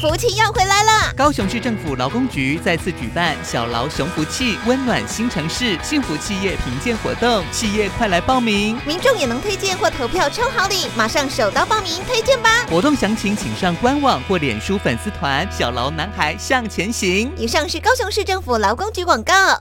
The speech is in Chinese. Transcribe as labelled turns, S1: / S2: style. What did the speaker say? S1: 福气要回来了！
S2: 高雄市政府劳工局再次举办“小劳雄福气，温暖新城市”幸福企业评鉴活动，企业快来报名！
S1: 民众也能推荐或投票抽好礼，马上手刀报名推荐吧！
S2: 活动详情请上官网或脸书粉丝团“小劳男孩向前行”。
S1: 以上是高雄市政府劳工局广告。